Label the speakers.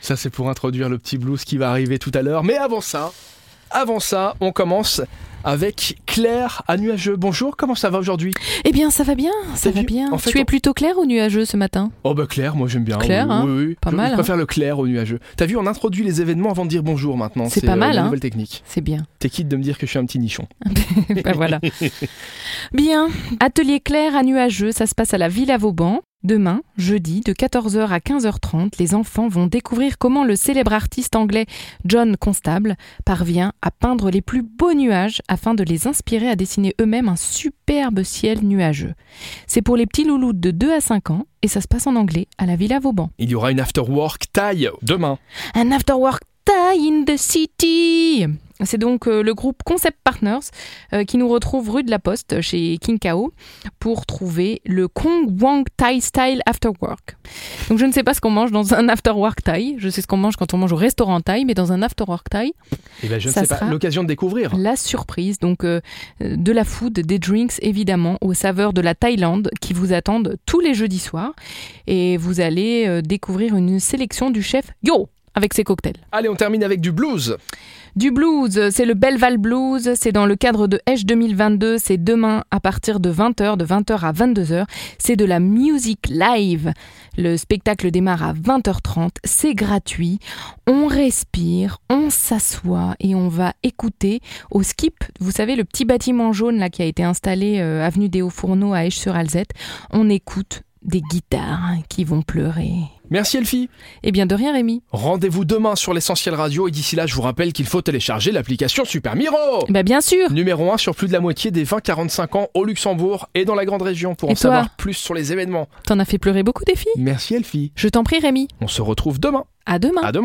Speaker 1: Ça, c'est pour introduire le petit blues qui va arriver tout à l'heure. Mais avant ça, avant ça, on commence avec Claire à Nuageux. Bonjour, comment ça va aujourd'hui
Speaker 2: Eh bien, ça va bien, ça va bien.
Speaker 1: Ah, En fait,
Speaker 2: tu
Speaker 1: on-
Speaker 2: es plutôt clair ou nuageux ce matin
Speaker 1: Oh bah Claire, moi j'aime bien.
Speaker 2: Claire,
Speaker 1: oui,
Speaker 2: hein,
Speaker 1: oui, oui.
Speaker 2: pas
Speaker 1: Je-
Speaker 2: mal,
Speaker 1: Je préfère le Claire au Nuageux. T'as vu, on introduit les événements avant de dire bonjour maintenant.
Speaker 2: C'est pas
Speaker 1: euh,
Speaker 2: mal,
Speaker 1: la
Speaker 2: hein.
Speaker 1: nouvelle technique.
Speaker 2: C'est bien.
Speaker 1: T'es quitte de me dire que je suis un petit nichon.
Speaker 2: ben voilà. Bien. Atelier clair à nuageux, ça se passe à la Villa Vauban. Demain, jeudi, de 14h à 15h30, les enfants vont découvrir comment le célèbre artiste anglais John Constable parvient à peindre les plus beaux nuages afin de les inspirer à dessiner eux-mêmes un superbe ciel nuageux. C'est pour les petits loulous de 2 à 5 ans et ça se passe en anglais à la Villa Vauban.
Speaker 1: Il y aura une after work taille demain.
Speaker 2: An Afterwork Tie in the City. C'est donc euh, le groupe Concept Partners euh, qui nous retrouve rue de la Poste chez King Kao pour trouver le Kong Wang Thai Style Afterwork. Donc je ne sais pas ce qu'on mange dans un Afterwork Thai. Je sais ce qu'on mange quand on mange au restaurant Thai, mais dans un Afterwork Thai,
Speaker 1: Et ben je ne
Speaker 2: Ça
Speaker 1: sais pas,
Speaker 2: sera-
Speaker 1: l'occasion de découvrir.
Speaker 2: la surprise. Donc euh, euh, de la food, des drinks évidemment aux saveurs de la Thaïlande qui vous attendent tous les jeudis soirs. Et vous allez euh, découvrir une sélection du chef Yo avec ses cocktails.
Speaker 1: Allez, on termine avec du blues.
Speaker 2: Du blues, c'est le Belval Blues, c'est dans le cadre de H 2022, c'est demain à partir de 20h, de 20h à 22h, c'est de la music live. Le spectacle démarre à 20h30, c'est gratuit, on respire, on s'assoit et on va écouter au skip, vous savez le petit bâtiment jaune là qui a été installé euh, avenue des Hauts-Fourneaux à Esch-sur-Alzette, on écoute des guitares qui vont pleurer.
Speaker 1: Merci Elfie.
Speaker 2: Eh bien de rien Rémi.
Speaker 1: Rendez-vous demain sur l'essentiel radio et d'ici là, je vous rappelle qu'il faut télécharger l'application Super Miro.
Speaker 2: Eh bien bien sûr.
Speaker 1: Numéro 1 sur plus de la moitié des 20-45 ans au Luxembourg et dans la grande région pour
Speaker 2: Et
Speaker 1: en
Speaker 2: toi
Speaker 1: savoir plus sur les événements.
Speaker 2: T'en as fait pleurer beaucoup des filles
Speaker 1: Merci Elfie.
Speaker 2: Je t'en prie Rémi,
Speaker 1: On se retrouve demain.
Speaker 2: à demain.
Speaker 1: À demain.